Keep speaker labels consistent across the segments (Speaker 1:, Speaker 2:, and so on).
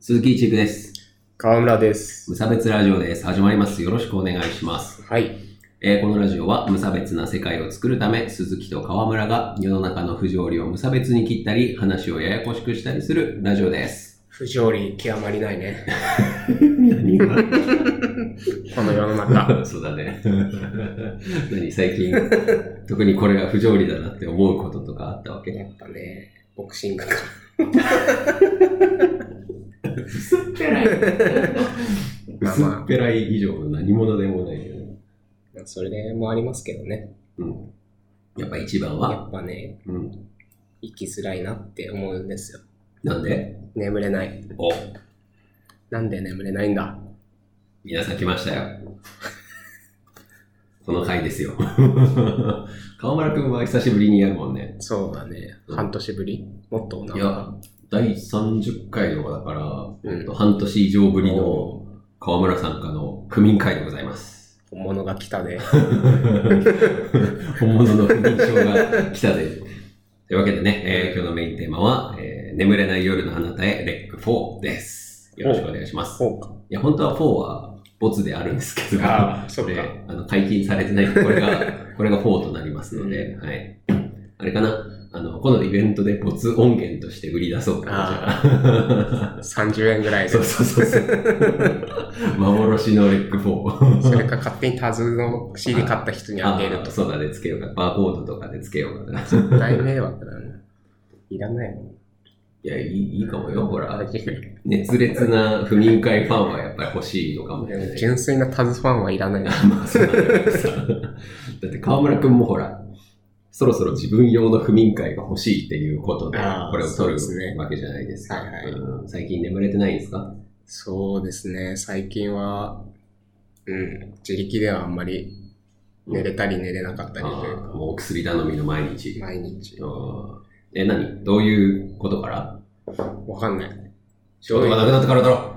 Speaker 1: 鈴木一育です。
Speaker 2: 川村です。
Speaker 1: 無差別ラジオです。始まります。よろしくお願いします。
Speaker 2: はい。
Speaker 1: えーこのラジオは無差別な世界を作るため、鈴木と河村が世の中の不条理を無差別に切ったり、話をややこしくしたりするラジオです。
Speaker 2: 不条理極まりないね。
Speaker 1: 何が
Speaker 2: この世の中。
Speaker 1: そうだね。 何最近、特にこれが不条理だなって思うこととかあったわけ
Speaker 2: やっぱね、ボクシングか。
Speaker 1: 薄っぺらい。
Speaker 2: まあ
Speaker 1: 薄っ
Speaker 2: まあ
Speaker 1: ぺらい以上の何者でもないよね。
Speaker 2: まあそれもありますけどね。
Speaker 1: うん。やっぱ一番
Speaker 2: や
Speaker 1: は、
Speaker 2: っぱね、
Speaker 1: うん。
Speaker 2: 生きづらいなって思うんですよ。
Speaker 1: なんで
Speaker 2: 眠れない。
Speaker 1: お、
Speaker 2: なんで眠れないんだ
Speaker 1: 皆さん来ましたよ。 この回ですよ。 川村くんは久しぶりにやるもんね。
Speaker 2: そうだね。
Speaker 1: うん
Speaker 2: 半年ぶりもっとない
Speaker 1: や、第30回とかだから、
Speaker 2: うん
Speaker 1: えっと半年以上ぶりの
Speaker 2: お
Speaker 1: 川村参加の区民会でござい ます。
Speaker 2: 本物が来たね。
Speaker 1: 本物の不妊症が来たで。 というわけでね、えー今日のメインテーマは、えー眠れない夜のあなたへレック4です。よろしくお願いします。
Speaker 2: そうか。
Speaker 1: いや、本当は4はボツであるんですけど、
Speaker 2: ああ、そ
Speaker 1: こ
Speaker 2: う
Speaker 1: れ
Speaker 2: か。、
Speaker 1: あの、解禁されてない。これ が、これが4となりますので、はい。あれかなあの、このイベントで没音源として売り出そうかな、じゃあ。
Speaker 2: 30円ぐら い
Speaker 1: そう
Speaker 2: で。
Speaker 1: そうそう そう。幻のレック4。
Speaker 2: それか勝手にタズの CD 買った人にあげる
Speaker 1: あ
Speaker 2: と。
Speaker 1: そうだね、つけようか。バーコードとかでつけようか な。い
Speaker 2: 大迷惑だね。いらないもん。
Speaker 1: や、いいいいかもよ、ほら。
Speaker 2: 大丈夫
Speaker 1: 熱烈な不眠会ファンはやっぱり欲しいのかもしれない。
Speaker 2: 純粋なタズファンはいらない。
Speaker 1: まあ、そうなんだけどさ だって川村くんもほら、そろそろ自分用の不眠会が欲しいっていうことで
Speaker 2: あ、ー
Speaker 1: これを
Speaker 2: そう
Speaker 1: 取
Speaker 2: で
Speaker 1: る
Speaker 2: すね
Speaker 1: わけじゃないですか。
Speaker 2: はいはい
Speaker 1: うん最近眠れてないんですか
Speaker 2: そうですね、最近は、うん、自力ではあんまり寝れたり寝れなかった
Speaker 1: あ
Speaker 2: りというか、
Speaker 1: ーもうお薬頼みの毎日。
Speaker 2: 毎日。
Speaker 1: うんえ、何どういうことから
Speaker 2: わかんない。
Speaker 1: 仕事がなくなったからだろ、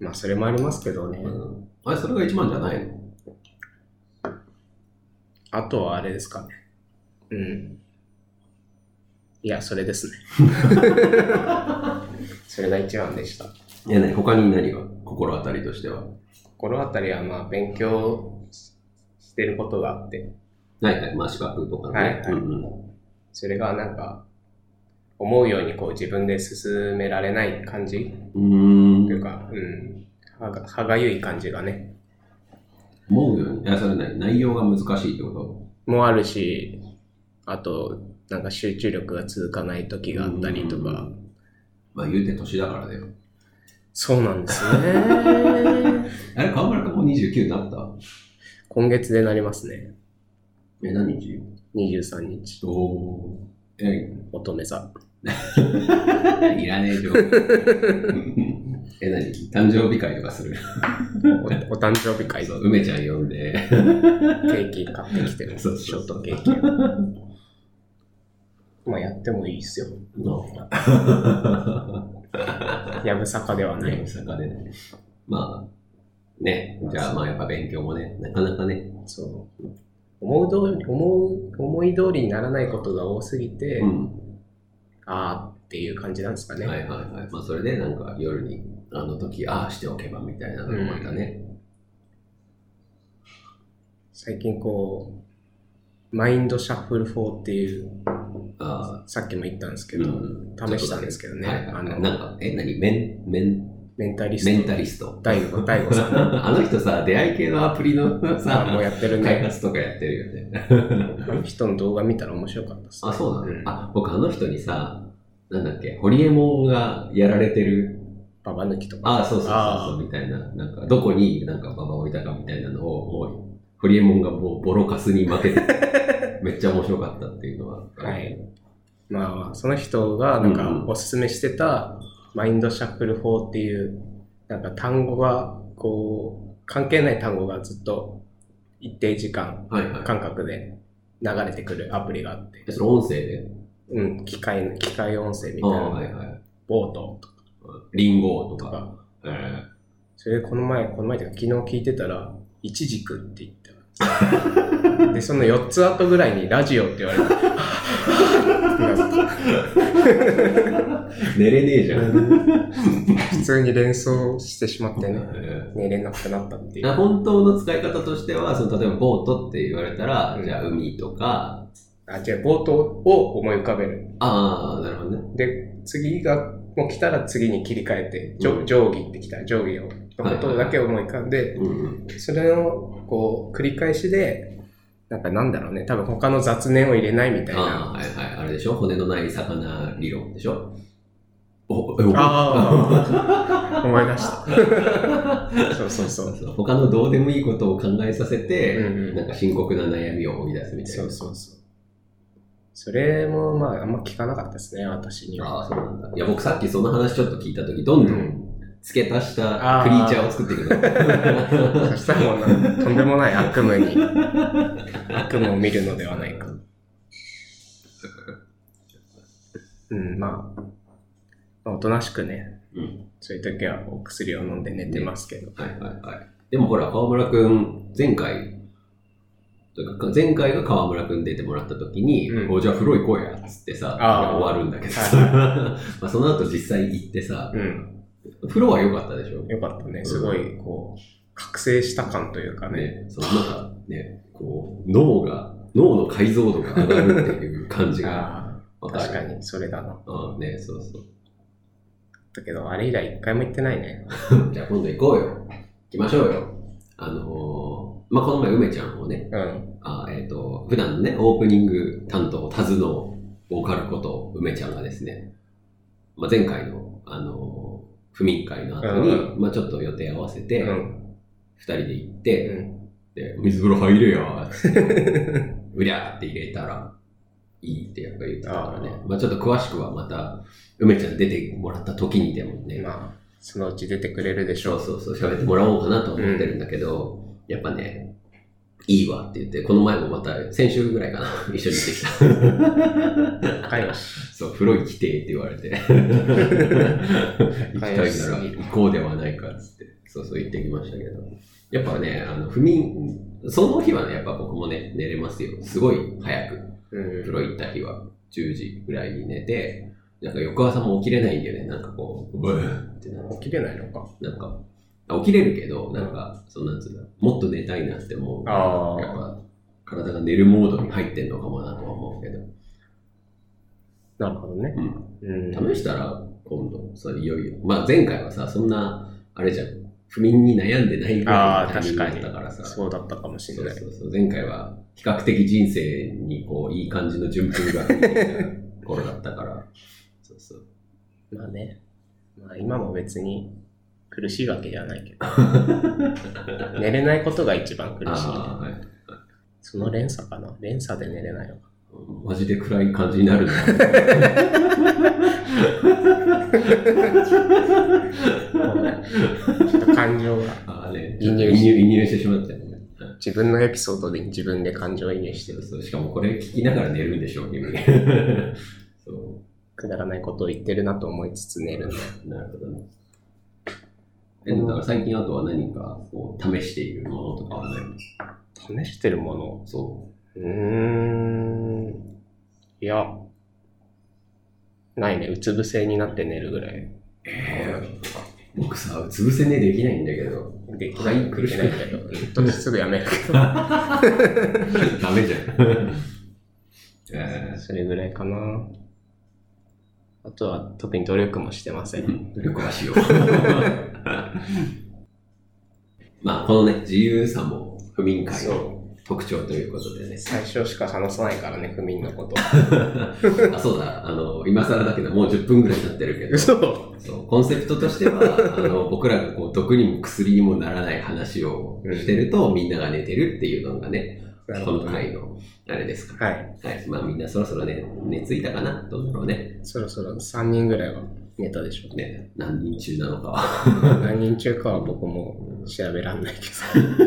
Speaker 2: まあ、それもありますけどね
Speaker 1: う。ん、あれ、それが一番じゃないの
Speaker 2: あとはあれですかね。うん。いや、それです ね。それが一番でした。
Speaker 1: え、何他に何が心当たりとしては。
Speaker 2: 心当たりは、まあ、勉強ししてることがあって、
Speaker 1: はいはい、まあ資格とかね。
Speaker 2: はいはい
Speaker 1: うんうん
Speaker 2: それがなんか、思うようにこう自分で進められない感じ
Speaker 1: う
Speaker 2: とい
Speaker 1: ー。
Speaker 2: うんか、うん、歯が歯がゆい感じがね、
Speaker 1: 思うように。いや、それ何内容が難しいってこと
Speaker 2: もあるし、あと、なんか集中力が続かない時があったりと
Speaker 1: う
Speaker 2: か、
Speaker 1: ん。まあ言うて年だからだよ。
Speaker 2: そうなんですね。
Speaker 1: あれ、川村君もう29になった
Speaker 2: 今月でなりますね。
Speaker 1: え、何日
Speaker 2: 23日、
Speaker 1: おおー。え、
Speaker 2: 乙女座。
Speaker 1: いらねえ情報。え、何誕生日会とか する
Speaker 2: おお誕生日会
Speaker 1: そ
Speaker 2: で
Speaker 1: う、梅ちゃん呼んで。
Speaker 2: ケーキ買ってきてる。シ
Speaker 1: そ
Speaker 2: ョ
Speaker 1: うそう
Speaker 2: ー
Speaker 1: そう
Speaker 2: トケーキを。まあやってもいいっすよ。やぶさかではな
Speaker 1: ね、大
Speaker 2: い。
Speaker 1: 阪でね。まあ、ね。じゃあまあやっぱ勉強もね、なかなかね。
Speaker 2: そう。思う通り、思う、思い通りにならないことが多すぎて、
Speaker 1: うん。
Speaker 2: あーっていう感じなんですかね。
Speaker 1: はいはいはい。まあそれでなんか夜に、あの時、ああしておけばみたいなのもまたね。
Speaker 2: 最近こう、マインドシャッフル4っていう、
Speaker 1: ああ、
Speaker 2: さっきも言ったんですけ
Speaker 1: う
Speaker 2: ど、
Speaker 1: ん
Speaker 2: 試したんですけどね。
Speaker 1: はいはい
Speaker 2: あ
Speaker 1: はい、
Speaker 2: の
Speaker 1: なんか、え、何メン、メン、
Speaker 2: メンタリスト。
Speaker 1: メンタリスト。
Speaker 2: 大悟、大悟さん
Speaker 1: あの人さ、出会い系のアプリの
Speaker 2: がもう
Speaker 1: さ、
Speaker 2: やってる
Speaker 1: 開
Speaker 2: ね。
Speaker 1: 発とかやってるよね。
Speaker 2: あの 人の動画見たら面白かったです、ね。
Speaker 1: あ、そうなの、
Speaker 2: ん
Speaker 1: あ、僕あの人にさ、なんだっけ、ホリエモンがやられてる、
Speaker 2: ババ抜きとか。
Speaker 1: あ、そうそうそうそ
Speaker 2: あ
Speaker 1: う、みたいな、なんか、どこになんかババ置いたかみたいなのを、もうホリエモンがもうボロカスに負けて、めっちゃ面白かったっていうのは。
Speaker 2: はい。まあ、その人がなん
Speaker 1: うんう
Speaker 2: か
Speaker 1: ん
Speaker 2: おすすめしてた、マインドシャッフル4っていう、なんか単語が、こう、関係ない単語がずっと一定時間、
Speaker 1: はいはい。
Speaker 2: 間隔で流れてくるアプリがあって、
Speaker 1: えそれ音声で
Speaker 2: うん、機械の、機械音声
Speaker 1: あ
Speaker 2: みたいな。
Speaker 1: はいはい。
Speaker 2: ボート
Speaker 1: リンゴと
Speaker 2: と
Speaker 1: か。
Speaker 2: か。
Speaker 1: えー
Speaker 2: それでこの前、この前というか昨日聞いてたら、イチジクって言って た。で、その4つ後ぐらいにラジオって言われた。
Speaker 1: 寝れねえじゃん。
Speaker 2: 普通に連想してしまって ね、
Speaker 1: うん
Speaker 2: 寝れなくなったってい
Speaker 1: あ
Speaker 2: う。
Speaker 1: 本当の使い方としては、その例えばボートって言われたら、
Speaker 2: うん
Speaker 1: じゃあ海とか、
Speaker 2: あ、じゃあ冒頭を思い浮かべる。
Speaker 1: ああ、なるほどね。
Speaker 2: で、次が、もう来たら次に切り替えて、じ
Speaker 1: う
Speaker 2: ょ
Speaker 1: ん
Speaker 2: 定規ってきたら定規を、のことだけ思い浮かんで、
Speaker 1: うんうん。
Speaker 2: それの、こう、繰り返しで、なんかなんだろうね、多分他の雑念を入れないみたい
Speaker 1: あ
Speaker 2: な。
Speaker 1: あ、はいはい。あれでしょ骨のない魚理論でしょお、え
Speaker 2: ああ、 思い出した。そうそうそ
Speaker 1: そう
Speaker 2: う。
Speaker 1: そう他のどうでもいいことを考えさせて、
Speaker 2: うんうん
Speaker 1: なんか深刻な悩みを生み出すみたいな。
Speaker 2: そうそうそう。それも、まあ、あんま聞かなかったですね、私に
Speaker 1: あ
Speaker 2: は。
Speaker 1: あ、そうなんだ。いや、僕さっきその話ちょっと聞いたとき、どんど
Speaker 2: うん
Speaker 1: 付け足した
Speaker 2: あー
Speaker 1: クリーチャーを作っていくの。
Speaker 2: そしたらもうな、とんでもない悪夢に、悪夢を見るのではないか。うん、まあ、まあ、おとなしくね、
Speaker 1: うん
Speaker 2: そういう時はお薬を飲んで寝てますけど。
Speaker 1: はいはいはい。でもほら、川村くん、前回、というか前回が川村くん出てもらったときに、
Speaker 2: うん
Speaker 1: おじゃあ風呂行こうやっつってさ、
Speaker 2: あー
Speaker 1: 終わるんだけどさ、
Speaker 2: は
Speaker 1: まあその後実際行ってさ、
Speaker 2: うん、
Speaker 1: 風呂は良かったでしょ
Speaker 2: よかったね。すごい、こう、覚醒した感というかね。
Speaker 1: ね、そのなんかね、こう、脳が、脳の解像度が上がるっていう感じが
Speaker 2: あ
Speaker 1: わ
Speaker 2: あ、
Speaker 1: かる。
Speaker 2: 確かに、それだな。
Speaker 1: うん、ね、そうそう。
Speaker 2: だけど、あれ以来一回も行ってないね。
Speaker 1: じゃあ今度行こう よ。行きましょうよ。あのーまあ、この前梅ちゃんをね、
Speaker 2: うん。
Speaker 1: あえっ、と、普段のね、オープニング担当、タズのボーカルこと梅ちゃんがですね、まあ、前回の、あのー不眠会の後に、
Speaker 2: う
Speaker 1: まあ、ちょっと予定合わせ
Speaker 2: う
Speaker 1: て、二
Speaker 2: ん。
Speaker 1: 人で行っ
Speaker 2: う
Speaker 1: て、
Speaker 2: ん。
Speaker 1: で、お水風呂入れよつって、うりゃーって入れたら、いいってやっぱ言ってたからね。まあちょっと詳しくはまた、梅ちゃん出てもらった時にでもね、
Speaker 2: まあ、そのうち出てくれるでし
Speaker 1: そ
Speaker 2: ょ
Speaker 1: う
Speaker 2: う。
Speaker 1: そうそう、喋ってもらおうかなと思ってるんだけど、やっぱね、いいわって言って、この前もまた、先週ぐらいかな、 一緒に 行ってきた。
Speaker 2: はい。
Speaker 1: そう、風呂行きてえって言われ て。行きたいなら
Speaker 2: 早すぎ
Speaker 1: 行こうではないかっつって、そうそう言ってきましたけど。やっぱね、あの、不眠、その日はね、やっぱ僕もね、寝れますよ。すごい早く。
Speaker 2: うん
Speaker 1: 風呂行った日は10時ぐらいに寝て、なんか翌朝も起きれないんだよね。なんかこう、うわーってなって
Speaker 2: 起きれないのか。
Speaker 1: なんか、あ起きれるけど、なんか、そのなんつうんだ、もっと寝たいなって思う。やっ
Speaker 2: ああ。
Speaker 1: ぱ、体が寝るモードに入ってんのかもなとは思うけど。
Speaker 2: なるほどね。うん
Speaker 1: 試したら、今度、そういよいよ。まあ、前回はさ、そんな、あれじゃん、不眠に悩んでないぐらい
Speaker 2: あ
Speaker 1: のタ
Speaker 2: あ、
Speaker 1: イミン
Speaker 2: 確
Speaker 1: グ
Speaker 2: か
Speaker 1: だっ
Speaker 2: に
Speaker 1: たからさ。。そう
Speaker 2: そうだったかもし
Speaker 1: そ
Speaker 2: れ
Speaker 1: う
Speaker 2: ない。
Speaker 1: そう。前回は、比較的人生に、こう、いい感じの順風が 吹いてきた頃だったから。そうそう。
Speaker 2: まあね。まあ今も別に苦しいわけじゃないけ ど。寝れないことが一番苦しいね、
Speaker 1: ああ、はい。
Speaker 2: その連鎖かな。連鎖で寝れないのか。
Speaker 1: マジで暗い感じになる な。
Speaker 2: ちょっと感情が。
Speaker 1: ああね、
Speaker 2: 移入
Speaker 1: 移入移入してしまったよね。
Speaker 2: 自分のエピソードで自分で感情移入して
Speaker 1: そう
Speaker 2: る。
Speaker 1: そうしかもこれ聞きながら寝るんでしょう、君。 そ
Speaker 2: くだらないことを言ってるなと思いつつ寝るんだ。
Speaker 1: う、なるほどね。え、だから最近あとは何かこう試しているものとかはない
Speaker 2: 試してるもの。
Speaker 1: そう
Speaker 2: ーん。いや。ないね。うつ伏せになって寝るぐらい。
Speaker 1: う。僕さ、うつ伏せ寝できないんだけど。
Speaker 2: できな
Speaker 1: は
Speaker 2: い、
Speaker 1: い
Speaker 2: 苦しいないけ ど、うんとすぐやめる。
Speaker 1: ダメじゃん。 え
Speaker 2: それぐらいかな。あとは特に努力もしてませ。
Speaker 1: ーうんん努力はしよ う。まあ、このね、自由さも不眠会の
Speaker 2: そう。
Speaker 1: 特徴ということでね。
Speaker 2: 最初しか話さないからね、不眠 のこと。
Speaker 1: あそうだ、あの、今更だけど、もう10分ぐらい経ってるけど、
Speaker 2: 嘘
Speaker 1: そうコンセプトとして は、あの僕らがこう毒にも薬にもならない話をしてると、みんなが寝てるっていうのがね、
Speaker 2: なる
Speaker 1: こ
Speaker 2: ほ
Speaker 1: の
Speaker 2: ど。は
Speaker 1: 回
Speaker 2: い。
Speaker 1: のあれですから。はい。まあみんなそろそろね、寝ついたかなどうだろうね。
Speaker 2: そろそろ3人ぐらいは寝たでしょうね。
Speaker 1: ね、何人中なのか は、
Speaker 2: 何人中かは僕も調べらんないけ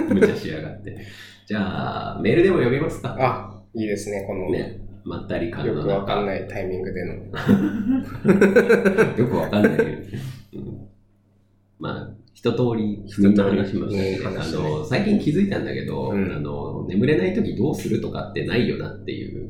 Speaker 2: ど。
Speaker 1: 無茶しやがって。じゃあ、メールでも読みますか。
Speaker 2: あ、いいですね、この、
Speaker 1: ね、まったり感
Speaker 2: よ
Speaker 1: の
Speaker 2: くわ
Speaker 1: 中。
Speaker 2: かんないタイミングでの。
Speaker 1: よくわかん ないけど、うんまあ、一通り不眠の話もし
Speaker 2: 一
Speaker 1: た
Speaker 2: 通り
Speaker 1: し、
Speaker 2: 話
Speaker 1: あ
Speaker 2: ね
Speaker 1: の、最近気づいたんだけど、
Speaker 2: うん
Speaker 1: あの、眠れない時どうするとかってないよなっていう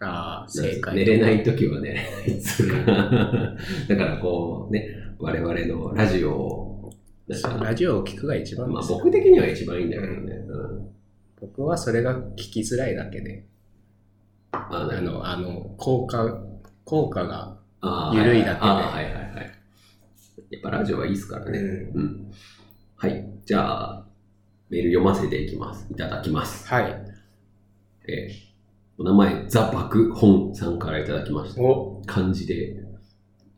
Speaker 2: ああ、正解。
Speaker 1: 寝れない時は寝れないっつうかだからこうね、我々のラジオを、なんか
Speaker 2: ラジオを聞くが一番
Speaker 1: ま
Speaker 2: で
Speaker 1: あ
Speaker 2: すよ、
Speaker 1: 僕的には一番いいんだけどね。うん。
Speaker 2: 僕はそれが聞きづらいだけで、
Speaker 1: あ
Speaker 2: あ
Speaker 1: なるほど
Speaker 2: の、あの、効果、効果が、
Speaker 1: あ
Speaker 2: 緩いだけで
Speaker 1: あはいはいはい。やっぱラジオはいいですからね。
Speaker 2: うん
Speaker 1: うん。はい。じゃあ、メール読ませていきます。いただきます。
Speaker 2: はい。
Speaker 1: えーお名前、ザ・爆本さんからいただきました。
Speaker 2: お、
Speaker 1: 漢字で、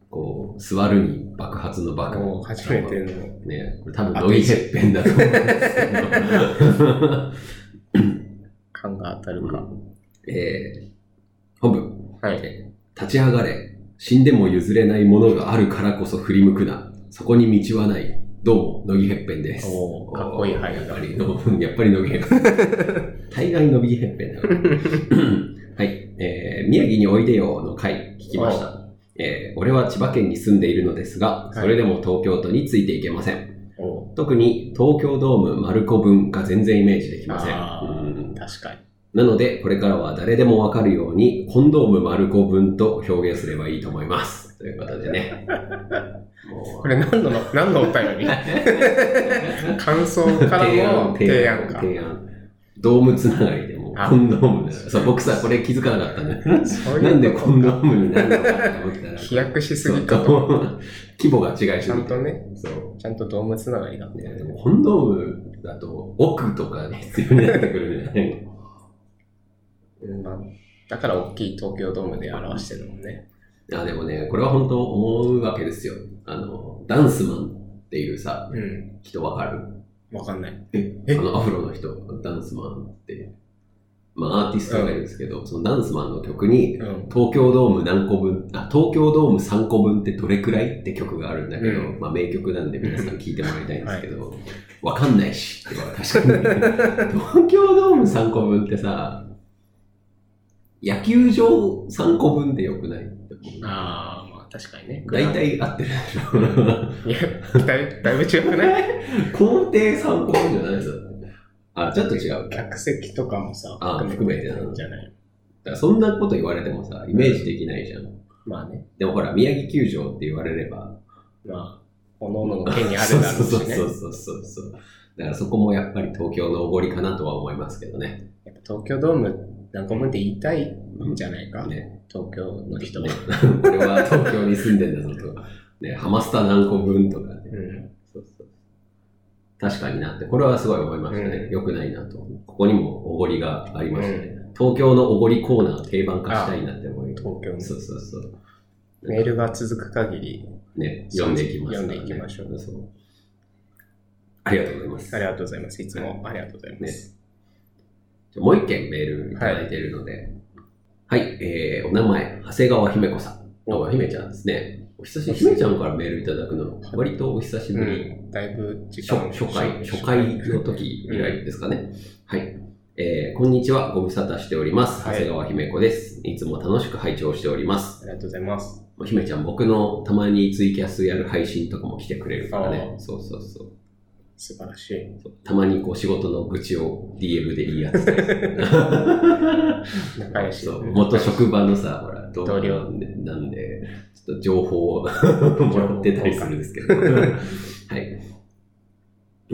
Speaker 1: こう、座るに爆発の爆。
Speaker 2: もう初めての。
Speaker 1: ね、これ多分ノイヘッペンだと思うん ですけど。
Speaker 2: 感が当たるか。
Speaker 1: えー本文、
Speaker 2: はい。
Speaker 1: 立ち上がれ。死んでも譲れないものがあるからこそ振り向くな。そこに道はない。どうも、乃木ヘッペンです。
Speaker 2: おーかっこいい俳優
Speaker 1: や
Speaker 2: だ
Speaker 1: っぱり、どう もやっぱり乃木ヘッペン。大概乃木ヘッペンだ から。はい。えー宮城においでよの回聞きました。えー俺は千葉県に住んでいるのですが、それでも東京都についていけません。
Speaker 2: お
Speaker 1: 特に東京ドーム丸子分が全然イメージできません。
Speaker 2: あ
Speaker 1: う
Speaker 2: ー
Speaker 1: ん
Speaker 2: 確かに。
Speaker 1: なので、これからは誰でもわかるように、コンドーム丸子分と表現すればいいと思います。ということでね。も
Speaker 2: これ何の、何のお便 り感想からの提案か。
Speaker 1: 提案。ドームつながりでもう
Speaker 2: あ
Speaker 1: コンドームだよそう、僕さ、これ気づかなかったんだよ。
Speaker 2: そう
Speaker 1: なん
Speaker 2: い
Speaker 1: で
Speaker 2: うこ
Speaker 1: コンド
Speaker 2: とか。
Speaker 1: ームになるのかと思ったら。
Speaker 2: 飛躍しすぎたと。
Speaker 1: そう規模が違いすぎて
Speaker 2: ちゃんとね。
Speaker 1: そう。
Speaker 2: ちゃんとドームつながりだっ
Speaker 1: ね、
Speaker 2: て
Speaker 1: で。も本ドームだと奥とかが必要になってくるんじゃ ない
Speaker 2: うんまあだから大きい東京ドームで表してるもんね。
Speaker 1: あでもね、これは本当思うわけですよ。あの、ダンスマンっていうさ、
Speaker 2: うん。
Speaker 1: 人わかる
Speaker 2: わかんない。
Speaker 1: あ
Speaker 2: え
Speaker 1: の、アフロの人、ダンスマンって。まあ、アーティストがいるんですけど、そのダンスマンの曲に、
Speaker 2: うん。
Speaker 1: 東京ドーム何個分、あ、東京ドーム3個分ってどれくらいって曲があるんだけど、
Speaker 2: うん
Speaker 1: まあ名曲なんで皆さん聴いてもらいたいんですけど、わ、かんないし、では確かに。東京ドーム3個分ってさ、野球場3個分でよくないって思う
Speaker 2: ああ、まあ確かにね。
Speaker 1: 大体合ってるで
Speaker 2: いや、だいだいぶ違く ない
Speaker 1: しょ。校庭3個分じゃないですよ。あ、ちょっと違う。だか
Speaker 2: 客席とかもさ、
Speaker 1: あー含めて
Speaker 2: なんじゃない
Speaker 1: らそんなこと言われてもさ、イメージできないじゃん。
Speaker 2: まあね。
Speaker 1: でもほら、宮城球場って言われれば、
Speaker 2: まあ、おののの手にあるだろうしね。
Speaker 1: そうそうそうそうそう。だからそこもやっぱり東京のおごりかなとは思いますけどね。
Speaker 2: やっぱ東京ドーム何個もって言いたいんじゃないか。
Speaker 1: ね
Speaker 2: 東京の人も
Speaker 1: ね。俺は東京に住んでんだぞとか、ね、ハマスタ何個分とかね。
Speaker 2: うん。
Speaker 1: そうそう確かになって、これはすごい思いましたね
Speaker 2: う。ん
Speaker 1: 良、くないなと。ここにもおごりがありましたね。東京のおごりコーナー定番化したいなって思い
Speaker 2: 東京の
Speaker 1: そうそうそう。
Speaker 2: メールが続く限り、
Speaker 1: ね、読んでいきますからね、
Speaker 2: 読んでいきましょう
Speaker 1: そうありがとうございます。
Speaker 2: ありがとうございます。いつもありがとうございます。
Speaker 1: じゃあもう一件メールいただいているので、はい、えー、お名前、長谷川姫子さん。あ、姫ちゃんですね。お久しぶり、姫ちゃんからメールいただくの、割とお久しぶり。
Speaker 2: うん。だいぶ時間
Speaker 1: 初初回、初回の時以来ですかね。はい。えー、こんにちは、ご無沙汰しております。長
Speaker 2: はい
Speaker 1: 谷川姫子です。いつも楽しく拝聴しております。
Speaker 2: ありがとうございます。
Speaker 1: まあ姫ちゃん、僕のたまにツイキャスやる配信とかも来てくれるからね
Speaker 2: あ。ー
Speaker 1: そうそうそう。
Speaker 2: 素晴らしい。
Speaker 1: たまにこう仕事の愚痴を DM で言い合ってたり
Speaker 2: 仲良し。
Speaker 1: そう元職場のさ、ほら、
Speaker 2: 同僚
Speaker 1: なんで、ちょっと情報を もらってたりするんですけど。はい。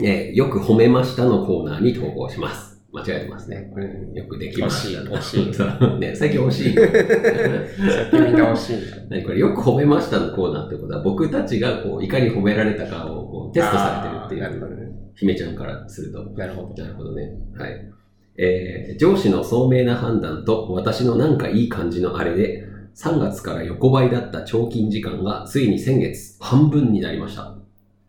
Speaker 1: えーよく褒めましたのコーナーに投稿します。間違えてますね。
Speaker 2: うん。
Speaker 1: よくできました。
Speaker 2: 惜しい惜しい
Speaker 1: 本当 ね、最近惜しい。
Speaker 2: 先見直しいんだ。
Speaker 1: 何これ、よく褒めましたのコーナーってことは、僕たちがこういかに褒められたかをこうテストされてる
Speaker 2: あ
Speaker 1: って
Speaker 2: ー
Speaker 1: い
Speaker 2: な
Speaker 1: う、
Speaker 2: るほどね
Speaker 1: 姫ちゃんからすると。
Speaker 2: なるほど。
Speaker 1: なるほどね。はい。えー上司の聡明な判断と私のなんかいい感じのあれで、3月から横ばいだった長勤時間がついに先月半分になりました。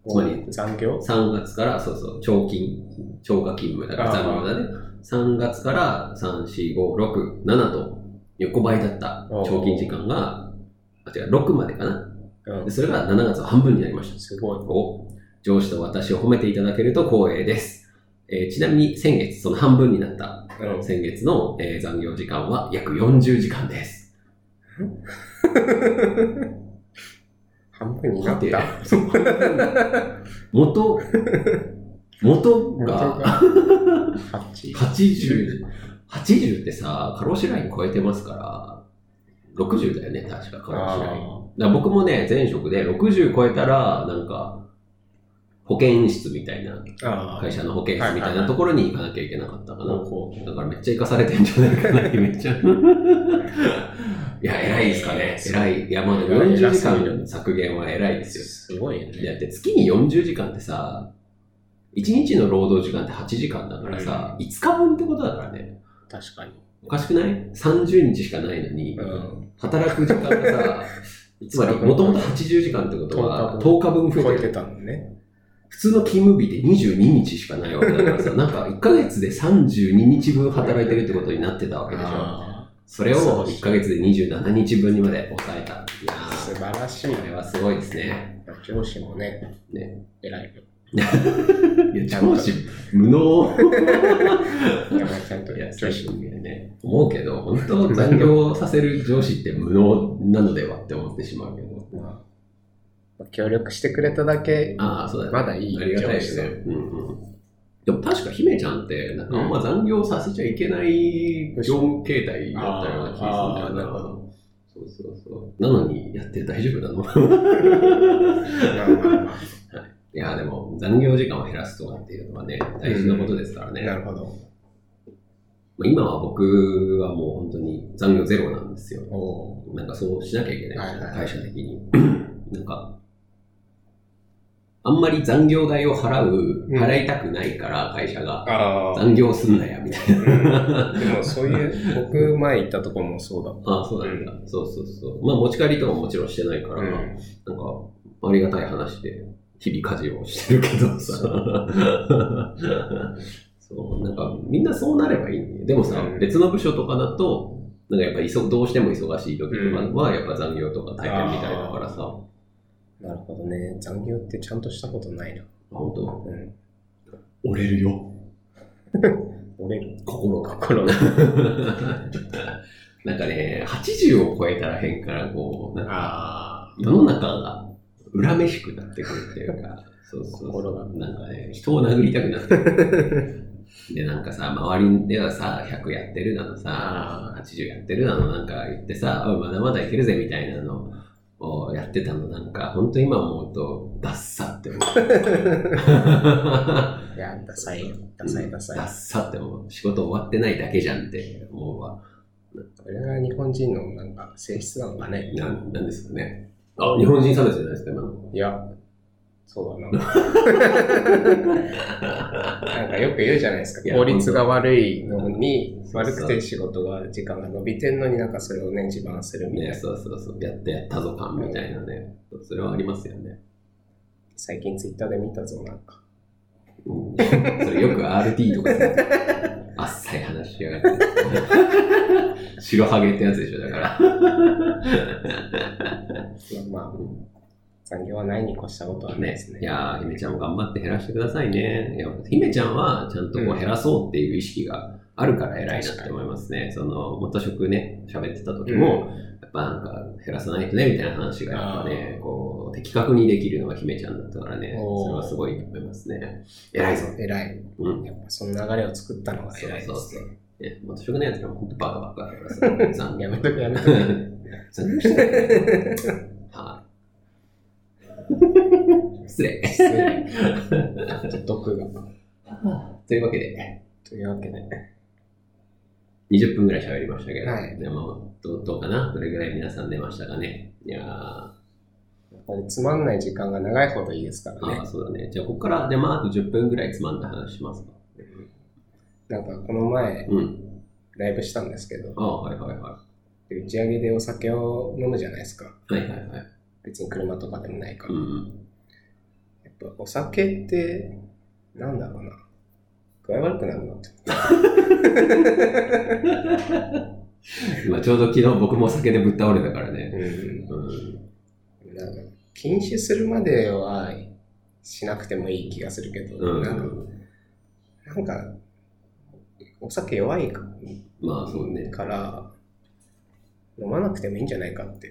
Speaker 1: つまり
Speaker 2: 残業
Speaker 1: 3月から、そうそう、長勤、超過勤務だから
Speaker 2: あー
Speaker 1: 残業だね。3月から3、4、5、6、7と横ばいだった長勤時間が、あ、違う、6までかな。
Speaker 2: うん
Speaker 1: で。それが7月は半分になりました。
Speaker 2: すごい。
Speaker 1: を上司と私を褒めていただけると光栄です。えーちなみに先月、その半分になった
Speaker 2: うん
Speaker 1: 先月の、えー残業時間は約40時間です。
Speaker 2: 半分になっ
Speaker 1: で
Speaker 2: た。
Speaker 1: そう元、元が
Speaker 2: 8
Speaker 1: 80、 80ってさ、過労死ライン超えてますから、60だよね、確か過労死ライン。だから僕もね、前職で60超えたら、なんか、保健室みたいな、
Speaker 2: あーあー。
Speaker 1: 会社の保健室みたいなところに行かなきゃいけなかったかな。
Speaker 2: こう
Speaker 1: だからめっちゃ生かされてんじゃないかな、めっ ちゃ。いや、偉いですかね。偉い。いや、まあでも40時間削減は偉いですよ。
Speaker 2: すごいよ
Speaker 1: だっ
Speaker 2: ね。
Speaker 1: て月に40時間ってさ、1日の労働時間って8時間だからさ、5日分ってことだからね。
Speaker 2: 確かに。
Speaker 1: おかしくない ?30 日しかないのに、
Speaker 2: うん。
Speaker 1: 働く時間が さ、つまりもともと80時間ってことは10日分増え
Speaker 2: 超え
Speaker 1: て
Speaker 2: て
Speaker 1: る。
Speaker 2: たのね。
Speaker 1: 普通の勤務日で22日しかないわけだ からさ、なんか1ヶ月で32日分働いてるってことになってたわけでしょ。
Speaker 2: あ
Speaker 1: それを1ヶ月で27日分にまで抑えた。いや
Speaker 2: あ。素晴らしい
Speaker 1: ー、これ
Speaker 2: ね。
Speaker 1: はすごいですね。
Speaker 2: 上司もね、
Speaker 1: ね
Speaker 2: 偉いよ。
Speaker 1: いや、上司、無能。
Speaker 2: 山井ちゃん と
Speaker 1: いや、
Speaker 2: 上司。
Speaker 1: ね、思うけど、本当残業させる上司って無能なのではって思ってしまうけど。
Speaker 2: まあ協力してくれただけ、
Speaker 1: ああ、そうだね。
Speaker 2: まだいい
Speaker 1: ありがたいですね。うんうん。でも確か姫ちゃんって、なんかあんま残業させちゃいけない業務形態だったような気がするんだよ
Speaker 2: あーあーなるほ
Speaker 1: な。そうそうそう。なのに、やって大丈夫なの
Speaker 2: まあまあま
Speaker 1: いや、でも残業時間を減らすとかっていうのはね、大事なことですから
Speaker 2: あ
Speaker 1: ね。
Speaker 2: なるほど。
Speaker 1: まあ今は僕はもう本当に残業ゼロなんですよ。
Speaker 2: お
Speaker 1: なんかそうしなきゃいけない、
Speaker 2: はいはいはい
Speaker 1: 会社的に。 なんか、あんまり残業代を払う、
Speaker 2: うん
Speaker 1: 払いたくないから、会社が、
Speaker 2: ああ。
Speaker 1: 残業すんなや、みたいな。
Speaker 2: でもそういう、僕前行ったとこもそうだっ
Speaker 1: ああ、そうなんだ。そうそうそう。まあ、持ち帰りとかももちろんしてないから、
Speaker 2: た。
Speaker 1: なんか、ありがたい話で、日々家事をしてるけどさ。 そう、なんか、みんなそうなればいいね。でもさ、
Speaker 2: うん
Speaker 1: 別の部署とかだと、なんかやっぱ忙どうしても忙しい時とかは、やっぱ残業とか大変みたいだからさ、
Speaker 2: なるほどね。残業ってちゃんとしたことないな。
Speaker 1: 本当
Speaker 2: うん。
Speaker 1: 折れるよ。
Speaker 2: 折れる。
Speaker 1: 心が。
Speaker 2: 心 が。
Speaker 1: なんかね、80を超えたら変から、こう、なんか
Speaker 2: あ
Speaker 1: 世の中が恨めしくなってくるっていう か、そうそう
Speaker 2: 心が
Speaker 1: なんかね、人を殴りたくなってく る。で、なんかさ、周りではさ、100やってるなのさ、80やってるなのなんか言ってさ、おいまだまだいけるぜみたいなのをやってたの、なんか、本当今思うと、ダッサって思 う。
Speaker 2: あ。いや、ダサいよ。ダサいダサ
Speaker 1: ダッ
Speaker 2: い。
Speaker 1: サって思う。仕事終わってないだけじゃんって思うわ。
Speaker 2: それが日本人のなんか性質なのかね。
Speaker 1: なん、なんですかね。あ、日本人差別じゃないですか、今の。
Speaker 2: いや、そうだ な。なんかよく言うじゃないです
Speaker 1: いや
Speaker 2: か。効率が悪いのに、
Speaker 1: そうそ
Speaker 2: 悪
Speaker 1: う
Speaker 2: くて仕事が、時間が伸びてんのになんかそれをね、自慢するみたい
Speaker 1: ね、
Speaker 2: な。
Speaker 1: そうそうそう。やってやったぞ感みたいなね。それはありますよね。
Speaker 2: 最近ツイッターで見たぞ、なんか。
Speaker 1: うん、それよく RT とかさ、 あっさい話しやがって。白ハゲってやつでしょ、だから。
Speaker 2: まあまあ、残業はないに越したことはない
Speaker 1: ね
Speaker 2: ですね。
Speaker 1: いやー、姫ちゃんも頑張って減らしてくださいね。いや姫ちゃんはちゃんとこう減らそうっていう意識があるから偉いなって思いますね。その、元職ね、喋ってた時も、やっぱなんか減らさないとねみたいな話がやっぱね、こう、的確にできるのが姫ちゃんだったからね、
Speaker 2: おー
Speaker 1: それはすごいと思いますね。偉いぞ。
Speaker 2: 偉い。
Speaker 1: うん。
Speaker 2: やっぱその流れを作ったのが偉いで
Speaker 1: そう
Speaker 2: す
Speaker 1: そう
Speaker 2: ね。
Speaker 1: ね元職のやつがほんとバカバカだからさ、残念
Speaker 2: やめとくや めとく。
Speaker 1: 残念してた。はい。失礼。
Speaker 2: 失礼毒が。
Speaker 1: というわけで。
Speaker 2: というわけで。
Speaker 1: 20分ぐらい喋りましたけど、
Speaker 2: はい
Speaker 1: でもどうどうかなどれぐらい皆さん出ましたかねいやーあ
Speaker 2: やっぱりつまんない時間が長いほどいいですからね
Speaker 1: ー。そうだね。じゃあ、ここから、で、まあ、あと10分ぐらいつまんだ話しますか。
Speaker 2: なんかこの前、
Speaker 1: うん。
Speaker 2: ライブしたんですけど、
Speaker 1: ああ、はいはいは
Speaker 2: で打ち上げでお酒を飲むじゃないですか。
Speaker 1: い。はいはいはい。
Speaker 2: 別に車とかでもないか
Speaker 1: う
Speaker 2: ら。
Speaker 1: ん。
Speaker 2: やっぱお酒って、なんだろうな。具合悪くなるなって。
Speaker 1: 今、ちょうど昨日僕も酒でぶっ倒れたからね。
Speaker 2: う
Speaker 1: うん。
Speaker 2: ん。なんか、禁止するまではしなくてもいい気がするけど、
Speaker 1: うん。
Speaker 2: なんか、なんか、お酒弱いか
Speaker 1: まあ、そうね。
Speaker 2: から、飲まなくてもいいんじゃないかって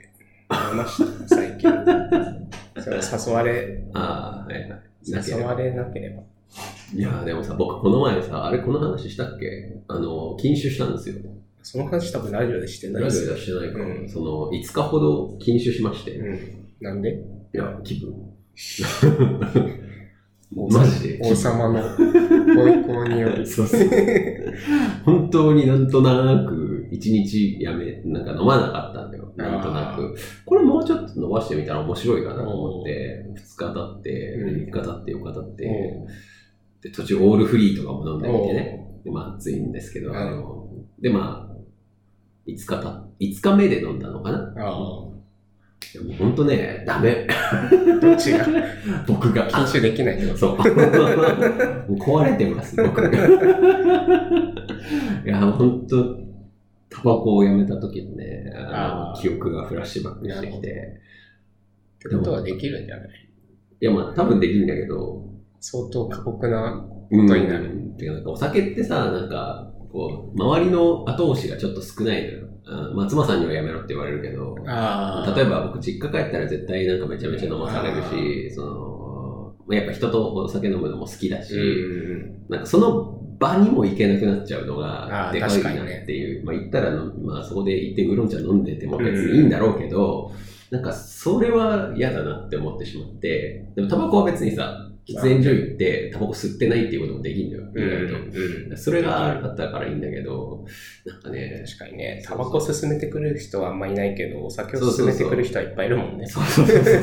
Speaker 2: 思いました、最近。それを誘われ、
Speaker 1: ああ、はいはい。なけれ
Speaker 2: 誘
Speaker 1: ば
Speaker 2: われなければ。
Speaker 1: いやーでもさ、僕この前さ、あれこの話したっけあの、禁酒したんですよ。
Speaker 2: その話多分ラジオでしてない
Speaker 1: ラ
Speaker 2: で
Speaker 1: ジオ
Speaker 2: す
Speaker 1: で
Speaker 2: よ
Speaker 1: は。してないから、
Speaker 2: うん
Speaker 1: その、5日ほど禁酒しまして、い
Speaker 2: うん。なんで
Speaker 1: や、気 分。
Speaker 2: 王様
Speaker 1: マジで。
Speaker 2: 王様のご意向によ り。
Speaker 1: そう そう本当になんとなく、一日やめ、なんか飲まなかったんだよ。なんとな
Speaker 2: あ
Speaker 1: く。これもうちょっと伸ばしてみたら面白いかなと思って、2日経って、
Speaker 2: うん
Speaker 1: 3日経って、4日経って
Speaker 2: お、
Speaker 1: で、途中オールフリーとかも飲んでみてね。
Speaker 2: お
Speaker 1: でまあ暑いんですけど、
Speaker 2: はい
Speaker 1: あの、でまあ、5日た、5日目で飲んだのかな
Speaker 2: ああ。
Speaker 1: いやもうほんとね、ダメ。
Speaker 2: どっちが
Speaker 1: 僕が。
Speaker 2: 禁酒できない ってこと
Speaker 1: そう。もう壊れてます、 僕。いや、ほんと、タバコをやめた時のね、あ
Speaker 2: あ
Speaker 1: の
Speaker 2: ー
Speaker 1: 記憶がフラッシュバックしてきて。
Speaker 2: ってことはできるんじゃない
Speaker 1: いや、まあ多分できるんだけど、
Speaker 2: 相当過酷な。
Speaker 1: うん
Speaker 2: 当になる
Speaker 1: てか、なんかお酒ってさ、なんか、こう、周りの後押しがちょっと少ないのよ。あ松間さんにはやめろって言われるけど、
Speaker 2: あ
Speaker 1: 例えば僕実家帰ったら絶対なんかめちゃめちゃ飲まされる
Speaker 2: あ
Speaker 1: し、その、やっぱ人とお酒飲むのも好きだし、
Speaker 2: うん。
Speaker 1: なんかその場にも行けなくなっちゃうのが
Speaker 2: あー
Speaker 1: でかいなっていう、まあ行ったらの、まあそこで行ってウーロン茶飲んでても別
Speaker 2: うん
Speaker 1: にいいんだろうけど、なんかそれは嫌だなって思ってしまって、でもタバコは別にさ、喫煙所行ってタバコ吸ってないっていうこともできるんだ
Speaker 2: う
Speaker 1: よ、
Speaker 2: ん
Speaker 1: 意外
Speaker 2: うん
Speaker 1: と。それがあったからいいんだけど、なんかね、
Speaker 2: 確かにね、タバコ勧めてくる人はあんまいないけど、お酒を勧めてくる人はいっぱいいるもんね。
Speaker 1: そうそうそう そう。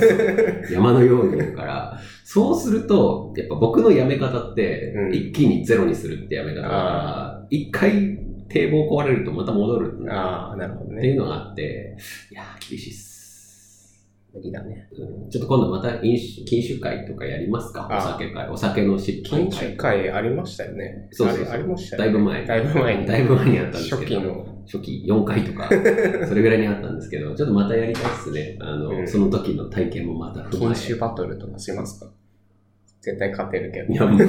Speaker 1: 山のようにいるから、そうすると、やっぱ僕のやめ方って
Speaker 2: う、ん
Speaker 1: 一気にゼロにするってやめ方だから、一回堤防壊れるとまた戻るっ
Speaker 2: ああ、なるほど
Speaker 1: ていう
Speaker 2: ね。
Speaker 1: のがあって、いやー、厳しいっす。
Speaker 2: 無理だね。
Speaker 1: うんちょっと今度また飲酒禁酒会とかやりますか
Speaker 2: あ
Speaker 1: お
Speaker 2: ー
Speaker 1: 酒会。お酒の失禁
Speaker 2: 禁酒
Speaker 1: 会。
Speaker 2: 会ありましたよね。
Speaker 1: そうそうそう
Speaker 2: あれありましたよ
Speaker 1: だい
Speaker 2: ね。
Speaker 1: ぶ前に。
Speaker 2: だいぶ前に
Speaker 1: だいぶ前にあったんですけ
Speaker 2: 初
Speaker 1: ど。
Speaker 2: 期の。
Speaker 1: 初期4回と か、それぐらいにあったんですけど、ちょっとまたやりたいっすね。あの、
Speaker 2: うん
Speaker 1: その時の体験もまた踏まえ
Speaker 2: 禁
Speaker 1: て
Speaker 2: 酒バトルとかしますか絶対勝てるけ
Speaker 1: いや、
Speaker 2: ど。
Speaker 1: もう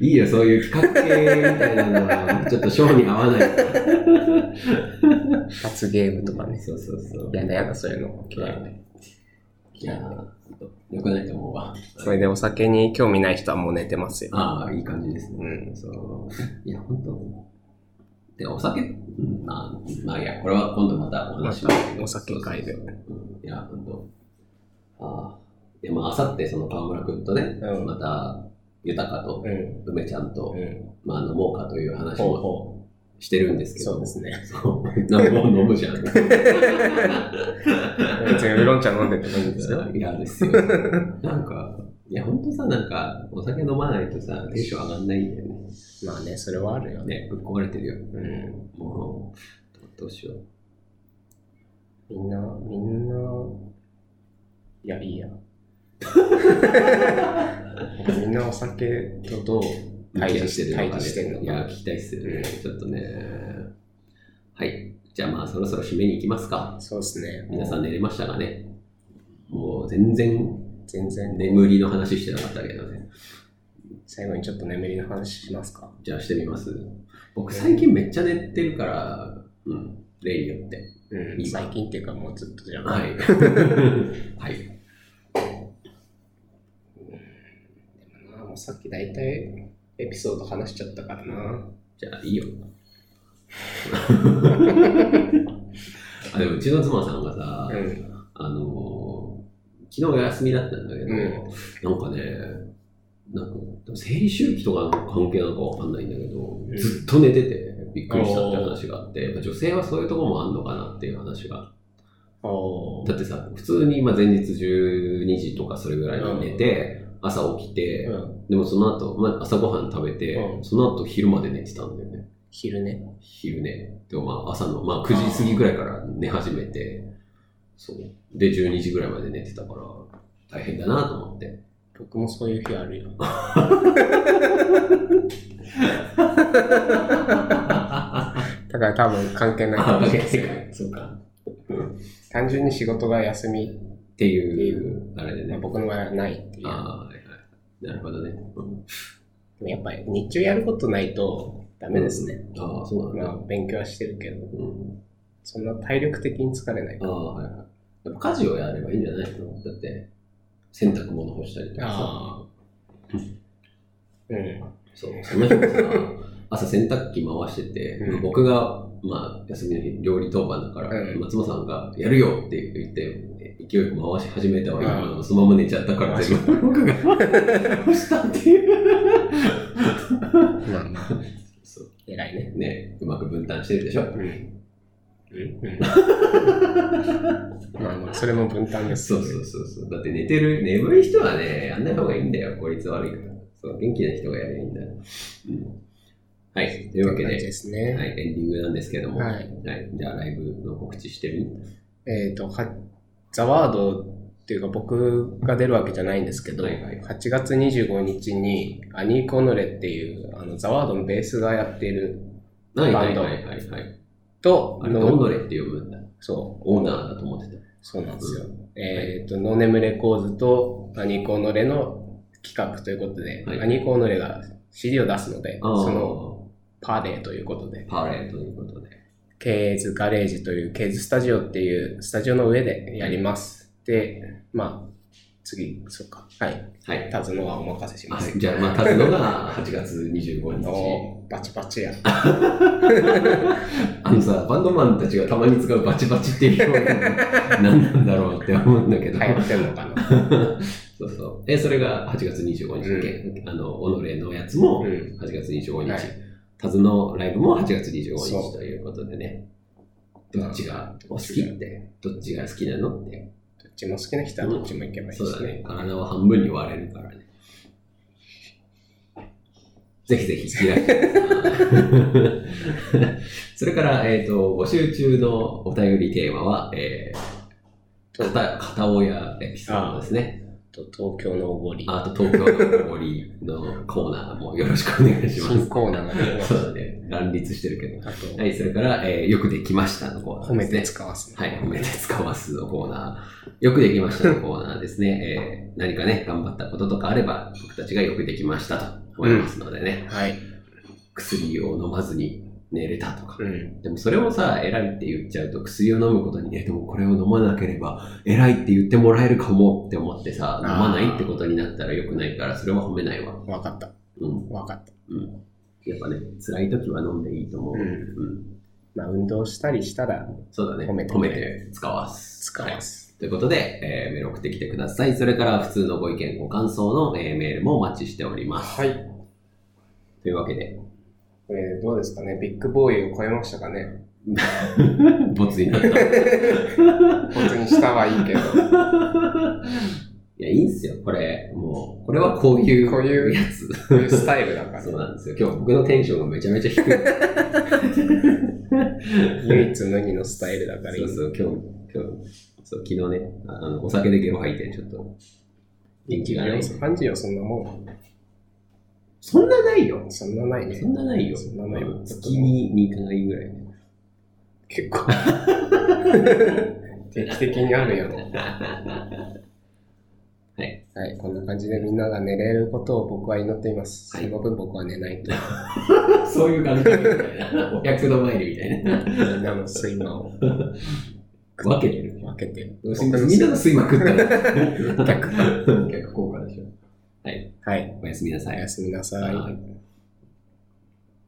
Speaker 1: いいよ、そういう企画系みたいなのは、ちょっとショーに合わない。
Speaker 2: 罰ゲームとかね。
Speaker 1: そうそうそう。
Speaker 2: やだやだ、そういうの。
Speaker 1: 嫌いいや、よくないと思うわ。
Speaker 2: それでお酒に興味ない人はもう寝てますよ。
Speaker 1: ああ、いい感じですね。
Speaker 2: うん。
Speaker 1: そう。いや、本当で、お酒、うんまあ、まあ、いや、これは今度またお話しますけど。
Speaker 2: お酒会で
Speaker 1: そうそうそう。うんいや、本当ああ。で、まあ、あさって、その川村くんとね、
Speaker 2: うん
Speaker 1: また、豊かと、
Speaker 2: うん。
Speaker 1: 梅ちゃんと
Speaker 2: う、ん。
Speaker 1: まあ、飲もうかという話
Speaker 2: ほう
Speaker 1: も
Speaker 2: ほ
Speaker 1: してるんです
Speaker 2: う。
Speaker 1: けど、
Speaker 2: そうですね。
Speaker 1: そう。なんかもう 飲むじゃん。
Speaker 2: 別にウーロン茶飲んでてもいいんですよ。
Speaker 1: いやです よ。なんか、いや、ほんとさ、なんか、お酒飲まないとさ、テンション上がんないんだよね。
Speaker 2: まあね、それはあるよね。
Speaker 1: ね、ぶっ壊れてるよ。
Speaker 2: うん。
Speaker 1: もう、どどうしよう。
Speaker 2: みんな、みんな、いや、い いや。みんなお酒とどう対峙してる
Speaker 1: 対
Speaker 2: 対
Speaker 1: 峙
Speaker 2: 峙してるの
Speaker 1: い
Speaker 2: か
Speaker 1: や、聞きたいっすよ
Speaker 2: う
Speaker 1: ね
Speaker 2: ん。
Speaker 1: ちょっとね。はい。じゃあまあ、そろそろ締めに行きますか。
Speaker 2: そうですね。
Speaker 1: 皆さん寝れましたかね。もう、全然、
Speaker 2: 全然、
Speaker 1: 眠りの話してなかったけどね。
Speaker 2: 最後にちょっと眠りの話しますか。
Speaker 1: じゃあしてみます。僕、最近めっちゃ寝てるから、うん、例によって。
Speaker 2: うん、
Speaker 1: 今
Speaker 2: 最近っていうかもうずっとじゃん。
Speaker 1: はい。はい。
Speaker 2: でもなもうさっき大体エピソード話しちゃったからな。
Speaker 1: じゃあ、い いよ。あでも、うちの妻さんがさ、
Speaker 2: うん。
Speaker 1: あのー昨日お休みだったんだけど、
Speaker 2: う
Speaker 1: なんかね、なんか、でも生理周期とかの関係なのかわかんないんだけど、
Speaker 2: ん
Speaker 1: ずっと寝てて、びっくりしたって話があって、やっぱ女性はそういうところもあんのかなっていう話が
Speaker 2: お
Speaker 1: だってさ、普通にまあ前日12時とかそれぐらいに寝て、朝起きて、
Speaker 2: うん。
Speaker 1: でもその後、まあ、朝ごはん食べて、
Speaker 2: うん
Speaker 1: その後昼まで寝てたんだよね。
Speaker 2: 昼寝。
Speaker 1: 昼寝。でもまあ朝の、まあ、9時過ぎぐらいから寝始めて、そう。で、12時ぐらいまで寝てたから、大変だなと思って。
Speaker 2: 僕もそういう日あるよ。だから多分関係ないかもしれないです よ。
Speaker 1: そうか。
Speaker 2: 単純に仕事が休み
Speaker 1: っていう、あれで
Speaker 2: まあ、
Speaker 1: ね。
Speaker 2: 僕の場合はないっていう。
Speaker 1: ああ、はいはい。なるほどね。うん
Speaker 2: でもやっぱり日中やることないとダメですね。
Speaker 1: ああ、そうなんだ。
Speaker 2: まあ勉強はしてるけど、
Speaker 1: うん
Speaker 2: そんな体力的に疲れない
Speaker 1: あ
Speaker 2: か
Speaker 1: あ、はいはい。やっぱ家事をやればいいんじゃないのだって、洗濯物干したりと
Speaker 2: ら。
Speaker 1: かさ、
Speaker 2: ああ。うん。
Speaker 1: そう、その日もさ、朝洗濯機回してて、
Speaker 2: うん
Speaker 1: 僕が、まあ、休みの日、料理当番だから、
Speaker 2: うん
Speaker 1: 松本さんが、やるよって言って、勢いよく回し始めたわ、
Speaker 2: ああ
Speaker 1: 今、そのまま寝ちゃったから、
Speaker 2: マジ
Speaker 1: 全部僕が、どうしたっていう。
Speaker 2: まあまあ、
Speaker 1: そ
Speaker 2: 偉いね。
Speaker 1: う ね、うまく分担してるでしょ。
Speaker 2: うん。うん。 まあまあ、それも分担です。
Speaker 1: そうそうそうそう。だって寝てる、眠い人はね、やんない方がいいんだよ、効率悪いから。そう、元気な人がやればいいんだよ。うん。はい、というわけ
Speaker 2: 感じ
Speaker 1: で、
Speaker 2: ですね。
Speaker 1: はい、エンディングなんですけども、
Speaker 2: はい
Speaker 1: はい、じゃあライブの告知してみ
Speaker 2: えっ、と、はザワードっていうか僕が出るわけじゃないんですけど、
Speaker 1: はいはい
Speaker 2: 8月25日にアニー・コノレっていうあのザワードのベースがやっている
Speaker 1: はい
Speaker 2: バ
Speaker 1: は
Speaker 2: ン
Speaker 1: い
Speaker 2: ド
Speaker 1: はいはいはい。
Speaker 2: と、
Speaker 1: あれ、
Speaker 2: ノ
Speaker 1: ドンドレって呼ぶんだ。
Speaker 2: そう、
Speaker 1: オーナーだと思ってた。
Speaker 2: そうなんですよ。えっ、と、ノーネムレコーズとアニー・コノレの企画ということで、
Speaker 1: はい
Speaker 2: アニー・コノレが CD を出すので、
Speaker 1: あー
Speaker 2: そのパーデーということで、
Speaker 1: パレーということで。
Speaker 2: ケーズガレージというケーズスタジオっていうスタジオの上でやります。で、まあ、次、そっか。はい。
Speaker 1: はい。
Speaker 2: 立つのはお任せします。
Speaker 1: はい、じゃあ、またす のが8月25日。
Speaker 2: おーバチバチや。
Speaker 1: あのさ、バンドマンたちがたまに使うバチバチっていう表現、何なんだろうって思うんだけ
Speaker 2: 流
Speaker 1: ど。
Speaker 2: 行ってんのか な。
Speaker 1: そうそう。え、それが8月25日だっけ、あの、己のやつ
Speaker 2: う
Speaker 1: も
Speaker 2: ん。
Speaker 1: 8月25日。
Speaker 2: はい
Speaker 1: タズのライブも8月25
Speaker 2: そう
Speaker 1: 日ということでね。どっちがお好きって、どっちが好きなのって。
Speaker 2: どっちも好きな人はどっちも行けばいいし
Speaker 1: そうだ
Speaker 2: ね。
Speaker 1: ね。体は半分に割れるからね。ぜひぜひ開いて。 それから、えっ、と、募集中のお便りテーマは、えー、片片親エピソードですね。
Speaker 2: と東京のおごり。
Speaker 1: あと東京の森のコーナーもよろしくお願いします。
Speaker 2: 新コーナーが出ま
Speaker 1: そう
Speaker 2: し
Speaker 1: だね。乱立してるけど。
Speaker 2: た。あと、
Speaker 1: はい、それから、えーよくできましたのコーナー
Speaker 2: 褒め
Speaker 1: です
Speaker 2: て
Speaker 1: ね。
Speaker 2: 使わすね。
Speaker 1: はい、褒めて使わすのコーナー。よくできましたのコーナーですね。えー何かね、頑張ったこととかあれば、僕たちがよくできましたと思いますのでね。
Speaker 2: はい。
Speaker 1: 薬を飲まずに寝れたとか。
Speaker 2: うん。
Speaker 1: でもそれをさ、偉いって言っちゃうと、薬を飲むことにね、でもこれを飲まなければ、偉いって言ってもらえるかもって思ってさ、飲
Speaker 2: あー
Speaker 1: まないってことになったら良くないから、それは褒めないわ。
Speaker 2: わかった。
Speaker 1: うん。
Speaker 2: わかった。
Speaker 1: うん。やっぱね、辛い時は飲んでいいと思う。
Speaker 2: う
Speaker 1: うん。
Speaker 2: ん。まあ、運動したりしたら
Speaker 1: そうだね。
Speaker 2: 褒めて
Speaker 1: 使わす。
Speaker 2: 使わす。
Speaker 1: はいということで、えーメール送ってきてください。それから、普通のご意見、ご感想の、えーメールもお待ちしております。
Speaker 2: はい。
Speaker 1: というわけで、
Speaker 2: えー、どうですかねビッグボーイを超えましたかね
Speaker 1: ボツになった。い
Speaker 2: 本当にしたはいいけど。
Speaker 1: や、いいんすよ。これ、もう、これはこういう、
Speaker 2: こういう
Speaker 1: やつ。
Speaker 2: こういうスタイルだから
Speaker 1: そう。なんですよ。今日僕のテンションがめちゃめちゃ低い。
Speaker 2: 唯一無二のスタイルだからいい
Speaker 1: そう。そう、今日、今日、そう、昨日ね、ああのお酒でゲロ吐いて、ちょっと、元気がない。
Speaker 2: 感じよ、そんなも
Speaker 1: そんなないよ。
Speaker 2: ん。そんなないね
Speaker 1: そ。んなないよ。
Speaker 2: そんなないよ
Speaker 1: 月に2回ぐらい。
Speaker 2: 結構。定期的にあるよね。
Speaker 1: はい。
Speaker 2: はい、こんな感じでみんなが寝れることを僕は祈っています。
Speaker 1: はい
Speaker 2: その分僕は寝ないと。
Speaker 1: そういう感じみたいな。 お百度参りみたいな。
Speaker 2: みんなの睡魔を
Speaker 1: 分けてる。
Speaker 2: 分けて る。
Speaker 1: みんなの吸いまくったら。
Speaker 2: 逆
Speaker 1: 逆効果でしょ。
Speaker 2: はい。
Speaker 1: おやすみなさ
Speaker 2: お
Speaker 1: い
Speaker 2: や。すみなさい。
Speaker 1: はい